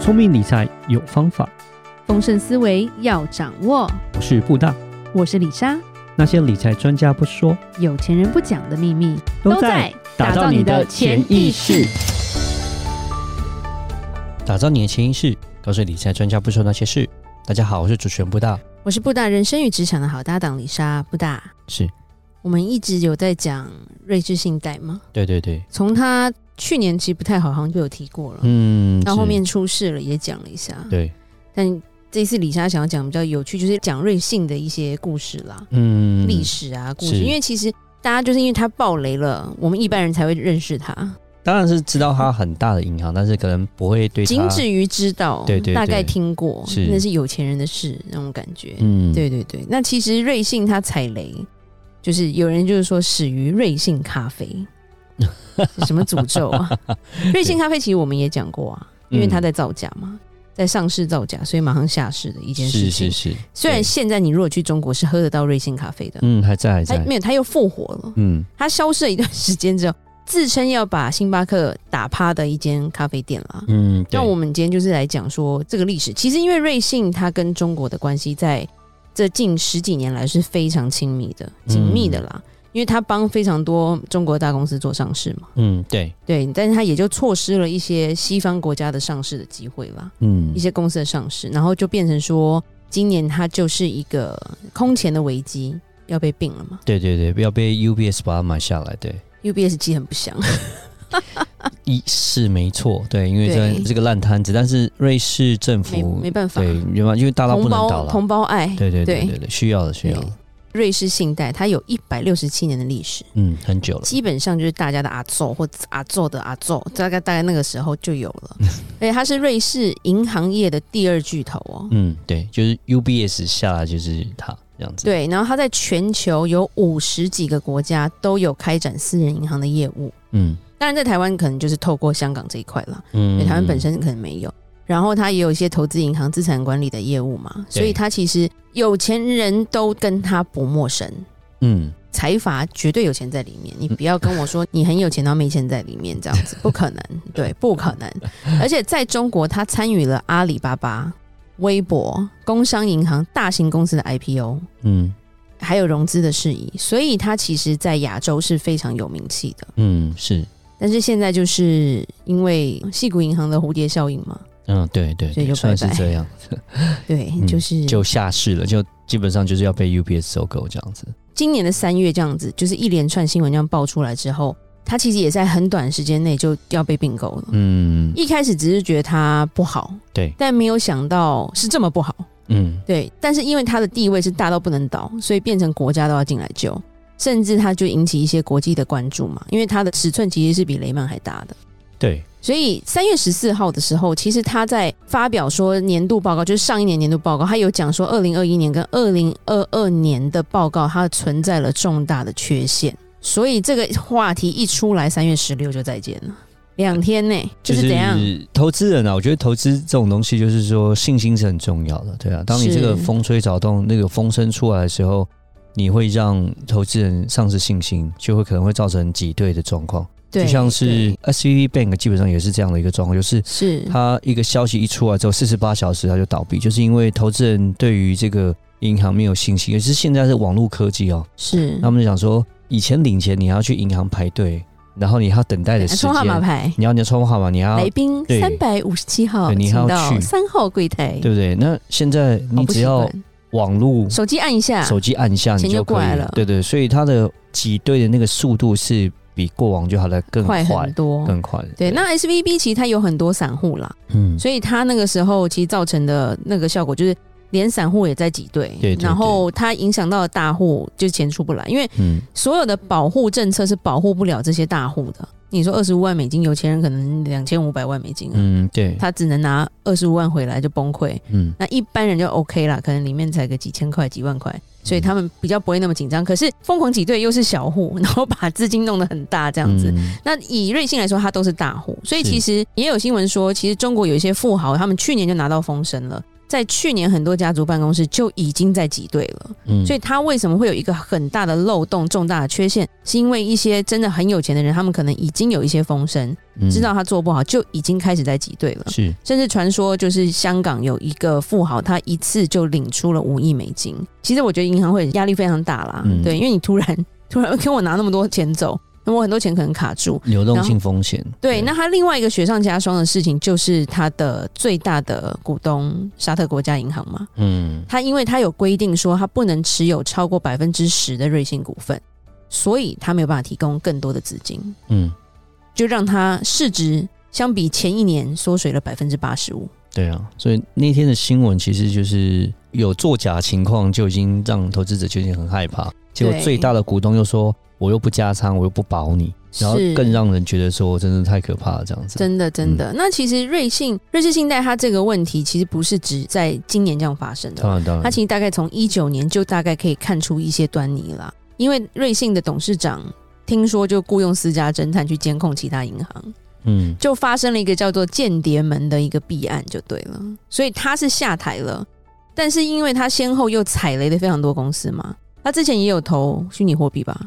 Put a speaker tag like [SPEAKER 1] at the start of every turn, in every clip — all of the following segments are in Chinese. [SPEAKER 1] 聪明理财有方法，
[SPEAKER 2] 丰盛思维要掌握。
[SPEAKER 1] 我是布大。
[SPEAKER 2] 我是李莎，
[SPEAKER 1] 那些理财专家不说，
[SPEAKER 2] 有钱人不讲的秘密
[SPEAKER 1] 打造你的潜意识。。打造你的潜意识，告诉理财专家不说那些事。大家好，我是主持人布大。
[SPEAKER 2] 我是布大人生与职场的好搭档李莎。布大，
[SPEAKER 1] 是
[SPEAKER 2] 我们一直有在讲睿智信贷吗？
[SPEAKER 1] 对对对，
[SPEAKER 2] 从他去年其实不太好，好像就有提过了。
[SPEAKER 1] 嗯，
[SPEAKER 2] 到
[SPEAKER 1] 是
[SPEAKER 2] 后面出事了也讲了一下。
[SPEAKER 1] 对，
[SPEAKER 2] 但这次李莎想要讲比较有趣，就是讲瑞信的一些故事啦、
[SPEAKER 1] 嗯，
[SPEAKER 2] 历史啊故事，
[SPEAKER 1] 是
[SPEAKER 2] 因为其实。大家就是因为他爆雷了，我们一般人才会认识他，
[SPEAKER 1] 当然是知道它很大的银行，但是可能不会对它
[SPEAKER 2] 仅止于知道，
[SPEAKER 1] 对对
[SPEAKER 2] 大概
[SPEAKER 1] 对
[SPEAKER 2] 听过，
[SPEAKER 1] 是
[SPEAKER 2] 那是有钱人的事那种感觉。
[SPEAKER 1] 嗯，
[SPEAKER 2] 对对对，那其实瑞幸它踩雷，就是有人就是说始于瑞幸 咖啡，是什么诅咒啊？瑞幸咖啡其实我们也讲过啊，因为它在造假嘛，在上市造假，所以马上下市的一件事
[SPEAKER 1] 是
[SPEAKER 2] 情。
[SPEAKER 1] 是是，
[SPEAKER 2] 虽然现在你如果去中国是喝得到瑞幸咖啡的，
[SPEAKER 1] 嗯还在还
[SPEAKER 2] 它
[SPEAKER 1] 在，
[SPEAKER 2] 没有，它又复活了。
[SPEAKER 1] 嗯
[SPEAKER 2] 它消失了一段时间之后，自称要把星巴克打趴的一间咖啡店啦。
[SPEAKER 1] 嗯，对
[SPEAKER 2] 那我们今天就是来讲说这个历史。其实因为瑞幸它跟中国的关系，在这近十几年来是非常亲密的、
[SPEAKER 1] 嗯
[SPEAKER 2] 紧密的啦。因为它帮非常多中国大公司做上市嘛，
[SPEAKER 1] 嗯对
[SPEAKER 2] 对，但是它也就错失了一些西方国家的上市的机会啦，
[SPEAKER 1] 嗯
[SPEAKER 2] 一些公司的上市，然后就变成说，今年它就是一个空前的危机，要被并了嘛。
[SPEAKER 1] 对对对，不要被 UBS 把它买下来，对。
[SPEAKER 2] UBS 机很 不祥，
[SPEAKER 1] 一是没错，对，因为
[SPEAKER 2] 对
[SPEAKER 1] 这这个烂摊子，但是瑞士政
[SPEAKER 2] 没
[SPEAKER 1] 府
[SPEAKER 2] 没办法，
[SPEAKER 1] 哦对，因为因为大到不
[SPEAKER 2] 同
[SPEAKER 1] 能倒
[SPEAKER 2] 胞
[SPEAKER 1] 了，
[SPEAKER 2] 同胞爱，
[SPEAKER 1] 对对对
[SPEAKER 2] 对
[SPEAKER 1] 对对，需要的需要的，
[SPEAKER 2] 瑞士信贷它有一百六十七年的历史。
[SPEAKER 1] 嗯，很久了，
[SPEAKER 2] 基本上就是大家的阿奏或阿奏的阿奏，大概大概那个时候就有了。
[SPEAKER 1] 嗯
[SPEAKER 2] 而且它是瑞士银行业的第二巨头哦。
[SPEAKER 1] 嗯，对，就是 UBS 下来就是它这样子，
[SPEAKER 2] 对，然后它在全球有五十几个国家都有开展私人银行的业务。
[SPEAKER 1] 嗯
[SPEAKER 2] 当然，在台湾可能就是透过香港这一块了，因
[SPEAKER 1] 嗯
[SPEAKER 2] 为台湾本身可能没有。然后它也有一些投资银行、资产管理的业务嘛，所以
[SPEAKER 1] 对
[SPEAKER 2] 它其实有钱人都跟它不陌生。
[SPEAKER 1] 嗯
[SPEAKER 2] 财阀绝对有钱在里面，你不要跟我说你很有钱，然后没钱在里面，这样 子不可能，对，不可能。而且在中国，他参与了阿里巴巴、微博、工商银行大型公司的 IPO，
[SPEAKER 1] 嗯
[SPEAKER 2] 还有融资的事宜，所以他其实在亚洲是非常有名气的。
[SPEAKER 1] 嗯是，
[SPEAKER 2] 但是现在就是因为细谷银行的蝴蝶效应嘛，
[SPEAKER 1] 嗯对对，
[SPEAKER 2] 所
[SPEAKER 1] 对
[SPEAKER 2] 以就
[SPEAKER 1] 算
[SPEAKER 2] 拜
[SPEAKER 1] 是
[SPEAKER 2] 拜
[SPEAKER 1] 这样，
[SPEAKER 2] 对，
[SPEAKER 1] 嗯
[SPEAKER 2] 就是
[SPEAKER 1] 就下市了，就基本上就是要被 UBS 收购这样子，
[SPEAKER 2] 今年的三月这样子，就是一连串新闻这样爆出来之后，他其实也在很短时间内就要被并购了。
[SPEAKER 1] 嗯
[SPEAKER 2] 一开始只是觉得它不好，
[SPEAKER 1] 对，
[SPEAKER 2] 但没有想到是这么不好。
[SPEAKER 1] 嗯
[SPEAKER 2] 对，但是因为它的地位是大到不能倒，所以变成国家都要进来救，甚至它就引起一些国际的关注嘛，因为它的尺寸其实是比雷曼还大的。
[SPEAKER 1] 对，
[SPEAKER 2] 所以三月十四号的时候，其实他在发表说年度报告，就是上一年年度报告，他有讲说二零二一年跟二零二二年的报告，它存在了重大的缺陷。所以这个话题一出来，三月十六就再见了，两天内、就是怎样？
[SPEAKER 1] 投资人啊，我觉得投资这种东西，就是说信心是很重要的，对啊。当你
[SPEAKER 2] 是
[SPEAKER 1] 这个风吹草动，那个风声出来的时候，你会让投资人丧失信心，就会可能会造成挤兑的状况。
[SPEAKER 2] 对，
[SPEAKER 1] 就像
[SPEAKER 2] 对
[SPEAKER 1] 是 S V B Bank 基本上也是这样的一个状况，就是
[SPEAKER 2] 是
[SPEAKER 1] 它一个消息一出来
[SPEAKER 2] 嗯
[SPEAKER 1] 之后，四十八小时它就倒闭，就是因为投资人对于这个银行没有信心，也是现在是网络科技哦，
[SPEAKER 2] 是，
[SPEAKER 1] 他们就想说，以前领钱你还要去银行排队，然后你还要等待的时
[SPEAKER 2] 哎抽号码
[SPEAKER 1] 间。
[SPEAKER 2] 牌，
[SPEAKER 1] 你要你要抽号码，你还要
[SPEAKER 2] 来宾
[SPEAKER 1] 对
[SPEAKER 2] 三百五十七号，
[SPEAKER 1] 对你
[SPEAKER 2] 请
[SPEAKER 1] 还要
[SPEAKER 2] 到
[SPEAKER 1] 去
[SPEAKER 2] 三号柜台。
[SPEAKER 1] 对不对？那现在
[SPEAKER 2] 好
[SPEAKER 1] 你
[SPEAKER 2] 不
[SPEAKER 1] 只
[SPEAKER 2] 习
[SPEAKER 1] 要
[SPEAKER 2] 惯
[SPEAKER 1] 网络、
[SPEAKER 2] 手机按一下，
[SPEAKER 1] 手机按一下，
[SPEAKER 2] 钱
[SPEAKER 1] 你
[SPEAKER 2] 就
[SPEAKER 1] 就可
[SPEAKER 2] 过来
[SPEAKER 1] 以
[SPEAKER 2] 了
[SPEAKER 1] 对对，所以它的挤兑的那个速度是比过往就好的更
[SPEAKER 2] 快
[SPEAKER 1] 快、
[SPEAKER 2] 很多。
[SPEAKER 1] 更快的。
[SPEAKER 2] 对，那 SVB 其实它有很多散户啦，
[SPEAKER 1] 嗯，
[SPEAKER 2] 所以它那个时候其实造成的那个效果就是，连散户也在挤兑，
[SPEAKER 1] 对对
[SPEAKER 2] 然后它影响到了大户，就钱出不来，因为
[SPEAKER 1] 嗯，
[SPEAKER 2] 所有的保护政策是保护不了这些大户的。你说二十五万美金，有钱人可能两千五百万美金啊，
[SPEAKER 1] 嗯，对，
[SPEAKER 2] 他只能拿二十五万回来就崩溃，
[SPEAKER 1] 嗯
[SPEAKER 2] 那一般人就 OK 啦，可能里面才个几千块、几万块，所以他们比较不会那么紧张。可是疯狂挤兑又是小户，然后把资金弄得很大这
[SPEAKER 1] 这
[SPEAKER 2] 样子。，那以瑞幸来说，它都是大户，所以其实也有新闻说，其实中国有一些富豪，他们去年就拿到风声了。在去年很多家族办公室就已经在挤兑了。
[SPEAKER 1] 嗯
[SPEAKER 2] 所以它为什么会有一个很大的漏洞、重大的缺陷，是因为一些真的很有钱的人，他们可能已经有一些风声，
[SPEAKER 1] 以
[SPEAKER 2] 知道他做不好，就已经开始在挤兑了。
[SPEAKER 1] 嗯是
[SPEAKER 2] 甚至传说就是香港有一个富豪，他一次就领出了五亿美金。其实我觉得银行会压力非常大啦，
[SPEAKER 1] 嗯
[SPEAKER 2] 对，因为你突然 突然跟我拿那么多钱走，那我很多钱可能卡住。
[SPEAKER 1] 流动性风险。
[SPEAKER 2] 对，那他另外一个雪上加霜的事情就是他的最大的股东沙特国家银行嘛，
[SPEAKER 1] 嗯
[SPEAKER 2] 他因为他有规定说他不能持有超过百分之十的瑞信股份，所以他没有办法提供更多的资金，
[SPEAKER 1] 嗯，
[SPEAKER 2] 就让他市值相比前一年缩水了百分之八十五。
[SPEAKER 1] 对啊，所以那天的新闻其实就是有作假情况，就已经让投资者就已经很害怕。结果
[SPEAKER 2] 对
[SPEAKER 1] 最大的股东又说：“我又不加仓，我又不保你。”然后
[SPEAKER 2] 是
[SPEAKER 1] 更让人觉得说，真的太可怕了，这样子。
[SPEAKER 2] 真的，真
[SPEAKER 1] 嗯
[SPEAKER 2] 的。那其实瑞信、瑞士信贷它这个问题，其实不是只在今年这样发生的
[SPEAKER 1] 当，然当
[SPEAKER 2] 它
[SPEAKER 1] 然，
[SPEAKER 2] 其实大概从一九年就大概可以看出一些端倪啦。因为瑞信的董事长听说就雇佣私家侦探去监控其他银行，
[SPEAKER 1] 嗯
[SPEAKER 2] 就发生了一个叫做“间谍门”的一个弊案，就对了。所以他是下台了，但是因为他先后又踩雷了非常多公司嘛，他之前也有投虚拟货币吧？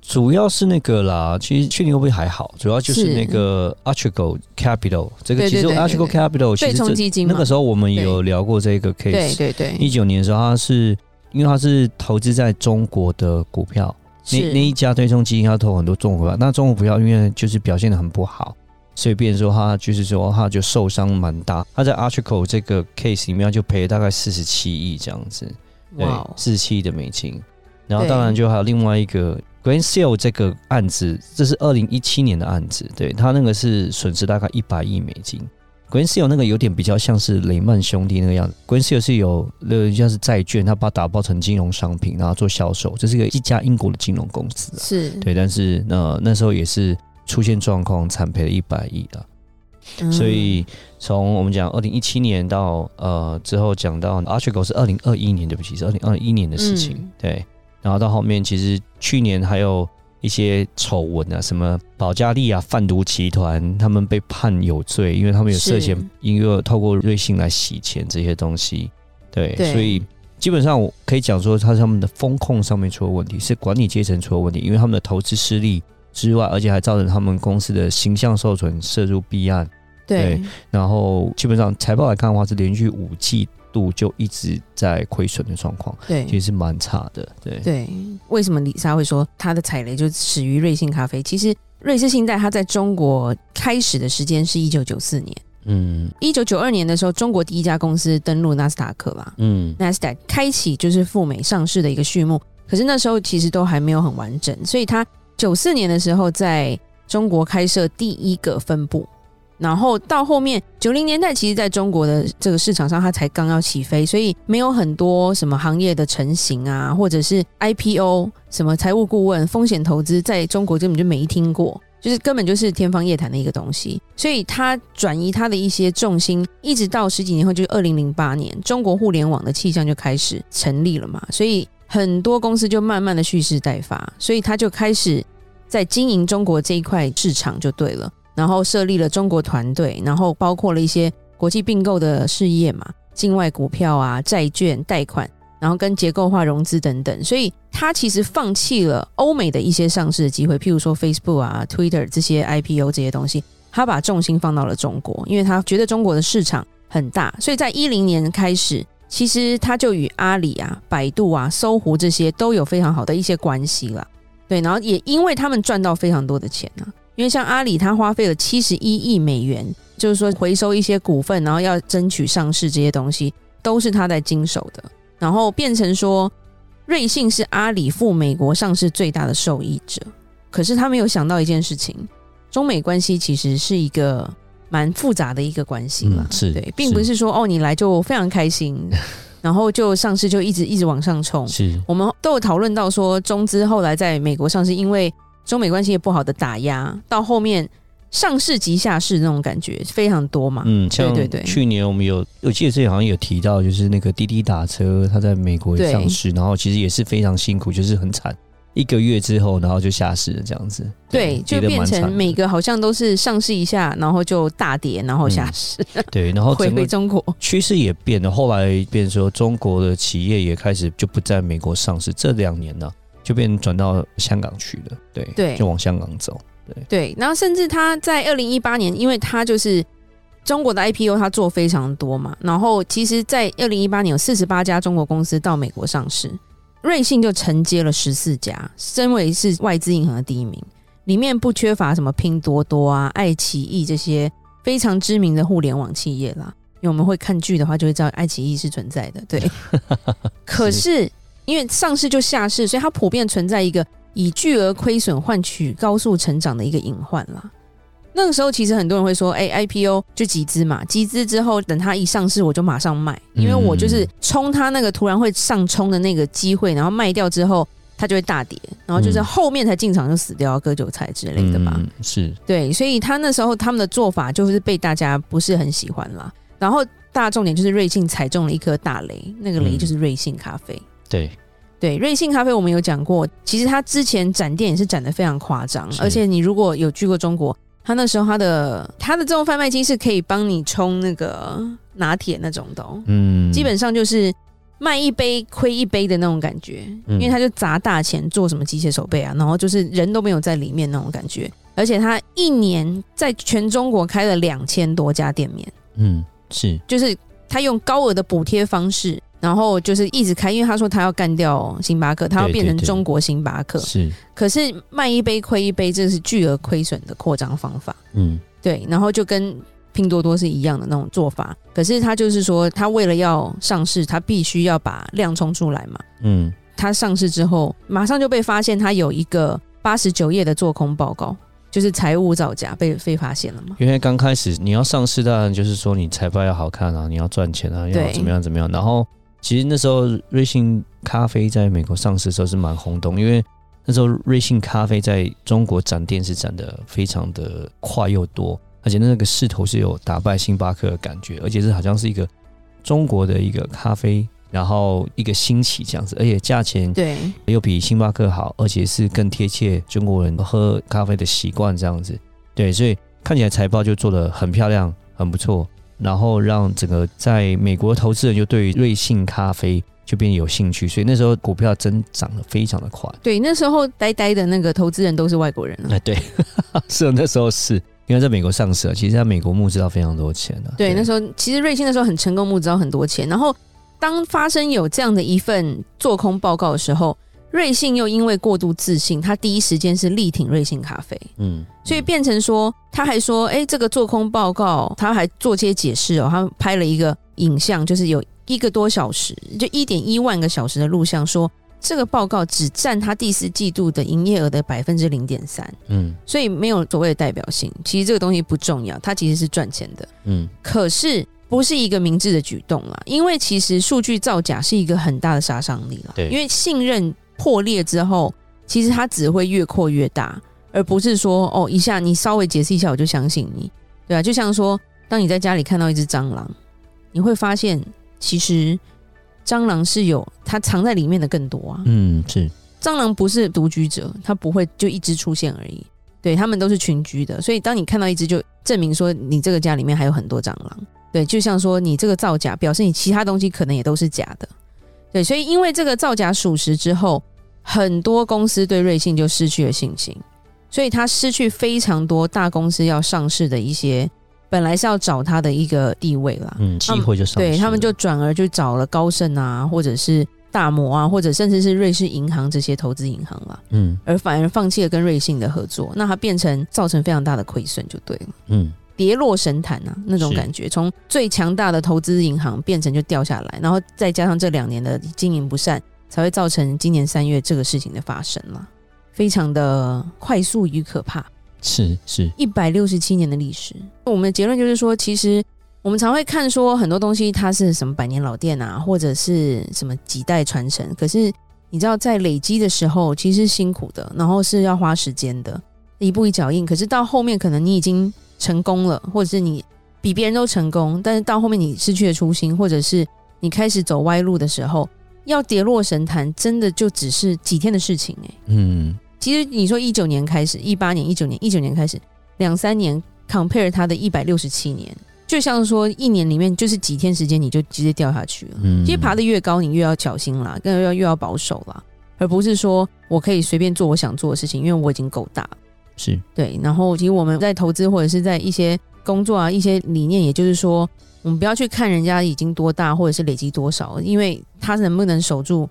[SPEAKER 1] 主要是那个啦，其实去年会不会还好？主要就是那个 Archigo Capital 这个，
[SPEAKER 2] 对
[SPEAKER 1] 其实
[SPEAKER 2] 对对
[SPEAKER 1] Archigo
[SPEAKER 2] 对对
[SPEAKER 1] Capital 其
[SPEAKER 2] 对
[SPEAKER 1] 实
[SPEAKER 2] 冲
[SPEAKER 1] 这
[SPEAKER 2] 基金
[SPEAKER 1] 那
[SPEAKER 2] 嘛？
[SPEAKER 1] 个时候我们有聊过这个
[SPEAKER 2] 对
[SPEAKER 1] case。
[SPEAKER 2] 对对，
[SPEAKER 1] 一九年的时候，它是因为它是投资在中国的股票，那
[SPEAKER 2] 是
[SPEAKER 1] 那一家对冲基金它投很多中国股票，那中国股票因为就是表现的很不好，所以变成说它就是说它就受伤蛮大。它在 Archico 这个 case 里面它就赔了大概四十七亿这样子。对
[SPEAKER 2] 哇哦，
[SPEAKER 1] 四十七亿的美金。然后
[SPEAKER 2] 对
[SPEAKER 1] 当然就还有另外一个 Grand Seal 这个案子，这是二零一七年的案子，对他那个是损失大概一百亿美金。Grand Seal 那个有点比较像是雷曼兄弟那个样子，Grand Seal 是有呃像是债券，他把它打包成金融商品，然后做销售，这是一个一家英国的金融公司、啊，
[SPEAKER 2] 是
[SPEAKER 1] 对，但是呃那时候也是出现状况，惨赔了一百亿啊。
[SPEAKER 2] 嗯
[SPEAKER 1] 所以从我们讲二零一七年到呃之后讲到 Archigo 是二零二一年，对不起，是二零二一年的事情、
[SPEAKER 2] 嗯
[SPEAKER 1] 对，然后到后面其实去年还有一些丑闻啊，什么保加利亚贩毒集团他们被判有罪，因为他们有涉嫌
[SPEAKER 2] 是
[SPEAKER 1] 因为透过瑞信来洗钱这些东西。对，
[SPEAKER 2] 对
[SPEAKER 1] 所以基本上我可以讲说，它是他们的风控上面出了问题，是管理阶层出了问题，因为他们的投资失利之外，而且还造成他们公司的形象受损，涉入弊案。
[SPEAKER 2] 对
[SPEAKER 1] 对然后基本上财报来看的话，是连续五季度就一直在亏损的状况，
[SPEAKER 2] 对
[SPEAKER 1] 其实是蛮差的。对，
[SPEAKER 2] 嗯对，为什么李莎会说她的踩雷就始于瑞幸咖啡？其实瑞士信贷它在中国开始的时间是一九九四年，
[SPEAKER 1] 嗯
[SPEAKER 2] 一九九二年的时候，中国第一家公司登陆纳斯达克吧
[SPEAKER 1] 嗯，
[SPEAKER 2] 纳斯达克开启就是赴美上市的一个序幕。可是那时候其实都还没有很完整，所以它九四年的时候在中国开设第一个分部。然后到后面九零年代，其实在中国的这个市场上，它才刚要起飞，所以没有很多什么行业的成型啊，或者是 IPO 什么财务顾问、风险投资，在中国根本就没听过，就是根本就是天方夜谭的一个东西。所以它转移它的一些重心，一直到十几年后，就是二零零八年，中国互联网的气象就开始成立了嘛，所以很多公司就慢慢的蓄势待发，所以它就开始在经营中国这一块市场就对了。然后设立了中国团队，然后包括了一些国际并购的事业嘛，境外股票啊、债券、贷款，然后跟结构化融资等等，所以它其实放弃了欧美的一些上市的机会，譬如说 Facebook 啊、Twitter 这些 IPO 这些东西，他把重心放到了中国，因为他觉得中国的市场很大，所以在一零年开始。其实他就与阿里啊、百度啊、搜狐这些都有非常好的一些关系啦。对，然后也因为他们赚到非常多的钱啊，因为像阿里，它花费了七十一亿美元，就是说回收一些股份，然后要争取上市这些东西，都是他在经手的。然后变成说，瑞幸是阿里赴美国上市最大的受益者。可是他没有想到一件事情，中美关系其实是一个蛮复杂的一个关系嘛、
[SPEAKER 1] 嗯是
[SPEAKER 2] 对，并不
[SPEAKER 1] 是
[SPEAKER 2] 是说哦你来就非常 开心，然后就上市就一直一直往上冲。
[SPEAKER 1] 是
[SPEAKER 2] 我们都有讨论到说，中资后来在美国上市，因为中美关系不好的打压，到后面上市即下市那种感觉非常多嘛。
[SPEAKER 1] 嗯，像
[SPEAKER 2] 对对对
[SPEAKER 1] 去年我们有，我记得这好像有提到，就是那个滴滴打车，它在美国也
[SPEAKER 2] 对
[SPEAKER 1] 上市，然后其实也是非常辛苦，就是很惨。一个月之后，然后就下市了这样子。
[SPEAKER 2] 对，
[SPEAKER 1] 跌
[SPEAKER 2] 就
[SPEAKER 1] 得
[SPEAKER 2] 变
[SPEAKER 1] 蛮惨
[SPEAKER 2] 成
[SPEAKER 1] 的
[SPEAKER 2] 每个好像都是上市一下，然后就大跌，然后下市，
[SPEAKER 1] 对，然后嗯
[SPEAKER 2] 回
[SPEAKER 1] 整个
[SPEAKER 2] 回中国。
[SPEAKER 1] 趋势也变了，后来变说中国的企业也开始就不在美国上市，这两年呢、就变转到香港去了，对
[SPEAKER 2] 对
[SPEAKER 1] 就往香港走，
[SPEAKER 2] 对，然后甚至他在二零一八年，因为他就是中国的 IPO，他做非常多嘛。然后其实，在二零一八年有四十八家中国公司到美国上市，瑞信就承接了十四家，身为是外资银行的第一名，里面不缺乏什么拼多多啊、爱奇艺这些非常知名的互联网企业啦。因为我们会看剧的话，就会知道爱奇艺是存在的。对，可是因为上市就下市，所以它普遍存在一个以巨额亏损换取高速成长的一个隐患啦。那个时候，其实很多人会说：“哎、i p o 就集资嘛，集资之后等它一上市，我就马上卖，
[SPEAKER 1] 嗯
[SPEAKER 2] 因为我就是冲它那个突然会上冲的那个机会，然后卖掉之后，它就会大跌，然后就是
[SPEAKER 1] 嗯
[SPEAKER 2] 后面才进场就死掉、割韭菜之类的吧。
[SPEAKER 1] 嗯，是
[SPEAKER 2] 对，所以他那时候他们的做法就是被大家不是很喜欢啦。然后大重点就是瑞幸踩中了一颗大雷，那个雷
[SPEAKER 1] 嗯
[SPEAKER 2] 就是瑞幸咖啡。
[SPEAKER 1] 对，
[SPEAKER 2] 对，瑞幸咖啡我们有讲过，其实它之前展店也是展得非常夸张，
[SPEAKER 1] 是
[SPEAKER 2] 而且你如果有去过中国，它那时候它的它的自动贩卖机是可以帮你冲那个拿铁那种的、哦，
[SPEAKER 1] 嗯，
[SPEAKER 2] 基本上就是卖一杯亏一杯的那种感觉，
[SPEAKER 1] 嗯
[SPEAKER 2] 因为他就砸大钱做什么机械手背啊，然后就是人都没有在里面那种感觉。而且他一年在全中国开了两千多家店面，
[SPEAKER 1] 嗯是
[SPEAKER 2] 就是他用高额的补贴方式，然后就是一直开，因为他说他要干掉星巴克，他要
[SPEAKER 1] 对
[SPEAKER 2] 变
[SPEAKER 1] 对
[SPEAKER 2] 成
[SPEAKER 1] 对
[SPEAKER 2] 中国星巴克。
[SPEAKER 1] 是，
[SPEAKER 2] 可是卖一杯亏一杯，这是巨额亏损的扩张方法。
[SPEAKER 1] 嗯
[SPEAKER 2] 对，然后就跟拼多多是一样的那种做法。可是他就是说，他为了要上市，他必须要把量冲出来嘛。
[SPEAKER 1] 嗯
[SPEAKER 2] 他上市之后，马上就被发现他有一个八十九页的做空报告，就是财务造假被被发现了嘛。
[SPEAKER 1] 因为刚开始你要上市，当然就是说你财报要好看啊，你要赚钱啊，
[SPEAKER 2] 对
[SPEAKER 1] 要怎么样怎么样。然后其实那时候瑞幸咖啡在美国上市的时候是蛮轰动，因为那时候瑞幸咖啡在中国展店是展的非常的快又多，而且那个势头是有打败星巴克的感觉，而且是好像是一个中国的一个咖啡，然后一个兴起这样子，而且价钱
[SPEAKER 2] 对
[SPEAKER 1] 又比星巴克好，而且是更贴切中国人喝咖啡的习惯这样子。对，所以看起来财报就做得很漂亮，很不错，然后让整个在美国的投资人就对于瑞幸咖啡就变得有兴趣，所以那时候股票增长得非常的快。
[SPEAKER 2] 对，那时候呆呆的那个投资人都是外国人啊。
[SPEAKER 1] 哎，对， 是啊那时候是因为在美国上市了，啊其实在美国募资到非常多钱的、
[SPEAKER 2] 对，那
[SPEAKER 1] 时
[SPEAKER 2] 时候其实瑞幸那时候很成功，募资到很多钱。然后当发生有这样的一份做空报告的时候，瑞幸又因为过度自信，他第一时间是力挺瑞幸咖啡，
[SPEAKER 1] 嗯，
[SPEAKER 2] 所以变成说他还说，哎、这个做空报告，他还做些解释哦，他拍了一个影像，就是有一个多小时，就一点一万个小时的录像说。这个报告只占他第四季度的营业额的百分之零点三，
[SPEAKER 1] 嗯
[SPEAKER 2] 所以没有所谓的代表性。其实这个东西不重要，它其实是赚钱的。
[SPEAKER 1] 嗯
[SPEAKER 2] 可是不是一个明智的举动啦，因为其实数据造假是一个很大的杀伤力啦。
[SPEAKER 1] 对
[SPEAKER 2] 因为信任破裂之后，其实它只会越扩越大，而不是说哦一下你稍微解释一下我就相信你，对啊，就像说当你在家里看到一只蟑螂，你会发现其实蟑螂是有它藏在里面的更多啊。
[SPEAKER 1] 嗯，是
[SPEAKER 2] 蟑螂不是独居者，它不会就一只出现而已。对，它们都是群居的，所以当你看到一只，就证明说你这个家里面还有很多蟑螂。对，就像说你这个造假，表示你其他东西可能也都是假的。对，所以因为这个造假属实之后，很多公司对瑞幸就失去了信心，所以它失去非常多大公司要上市的一些本来是要找它的一个地位啦。
[SPEAKER 1] 嗯，机会就上市了、
[SPEAKER 2] 对他们就转而就找了高盛啊，或者是大摩啊，或者甚至是瑞士银行这些投资银行啦，
[SPEAKER 1] 嗯
[SPEAKER 2] 而反而放弃了跟瑞信的合作，那它变成造成非常大的亏损，就对了，
[SPEAKER 1] 嗯
[SPEAKER 2] 跌落神坛啊那种
[SPEAKER 1] 是
[SPEAKER 2] 感觉，从最强大的投资银行变成就掉下来，然后再加上这两年的经营不善，才会造成今年三月这个事情的发生啦，非常的快速与可怕。
[SPEAKER 1] 是是
[SPEAKER 2] 一百六十七年的历史。我们的结论就是说，其实我们常会看说很多东西它是什么百年老店啊，或者是什么几代传承，可是你知道在累积的时候，其实是辛苦的，然后是要花时间的，一步一脚印。可是到后面，可能你已经成功了，或者是你比别人都成功，但是到后面你失去了初心，或者是你开始走歪路的时候，要跌落神坛，真的就只是几天的事情哎、
[SPEAKER 1] 嗯，
[SPEAKER 2] 其实你说一九年开始，一八年、一九年、一九年开始，两三年 compare 它的一百六十七年，就像说一年里面就是几天时间你就直接掉下去了。
[SPEAKER 1] 嗯
[SPEAKER 2] 其实爬得越高，你越要小心啦，更要越要保守啦，而不是说我可以随便做我想做的事情，因为我已经够大了。
[SPEAKER 1] 是
[SPEAKER 2] 对，然后其实我们在投资或者是在一些工作啊、一些理念，也就是说，我们不要去看人家已经多大或者是累积多少，因为他能不能守住，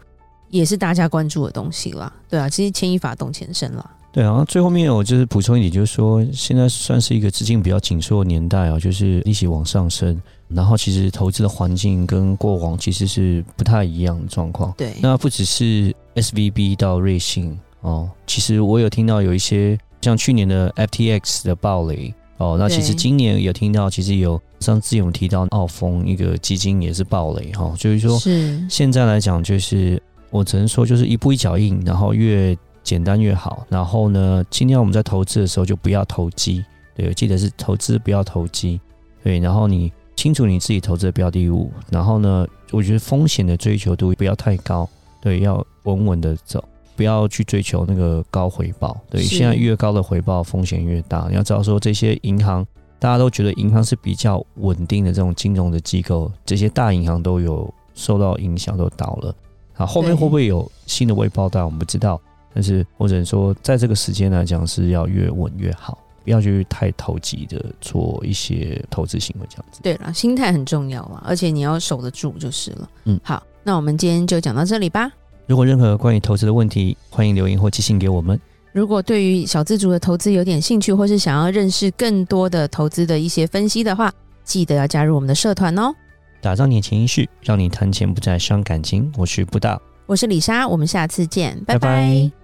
[SPEAKER 2] 也是大家关注的东西啦。对啊，其实牵一发动全身啦。
[SPEAKER 1] 对啊，最后面我就是补充一点，就是说现在算是一个资金比较紧缩的年代啊，就是利息往上升，然后其实投资的环境跟过往其实是不太一样的状况。
[SPEAKER 2] 对，
[SPEAKER 1] 那不只是 SVB 到瑞信哦，其实我有听到有一些像去年的 FTX 的暴雷哦，那其实
[SPEAKER 2] 对
[SPEAKER 1] 今年有听到，其实有上次有提到澳丰一个基金也是暴雷哈、哦，就是说
[SPEAKER 2] 是
[SPEAKER 1] 现在来讲，就是我只能说，就是一步一脚印，然后越简单越好。然后呢，尽量我们在投资的时候就不要投机，对，我记得是投资不要投机，对。然后你清楚你自己投资的标的物，然后呢，我觉得风险的追求度不要太高，对，要稳稳的走。不要去追求那个高回报，对，
[SPEAKER 2] 是
[SPEAKER 1] 现在越高的回报风险越大。你要知道说，这些银行大家都觉得银行是比较稳定的这种金融的机构，这些大银行都有受到影响，都倒了。啊，后面
[SPEAKER 2] 对
[SPEAKER 1] 会不会有新的未爆弹，我们不知道。但是我只能说，在这个时间来讲，是要越稳越好，不要去太投机的做一些投资行为，这样子。
[SPEAKER 2] 对啦，心态很重要啦，而且你要守得住就是了。
[SPEAKER 1] 嗯
[SPEAKER 2] 好，那我们今天就讲到这里吧。
[SPEAKER 1] 如果任何关于投资的问题，欢迎留言或寄信给我们。
[SPEAKER 2] 如果对于小资族的投资有点兴趣，或是想要认识更多的投资的一些分析的话，记得要加入我们的社团哦。
[SPEAKER 1] 打造你的潜意识，让你谈钱不再伤感情。我是布大，
[SPEAKER 2] 我是李莎，我们下次见，拜拜。
[SPEAKER 1] 拜拜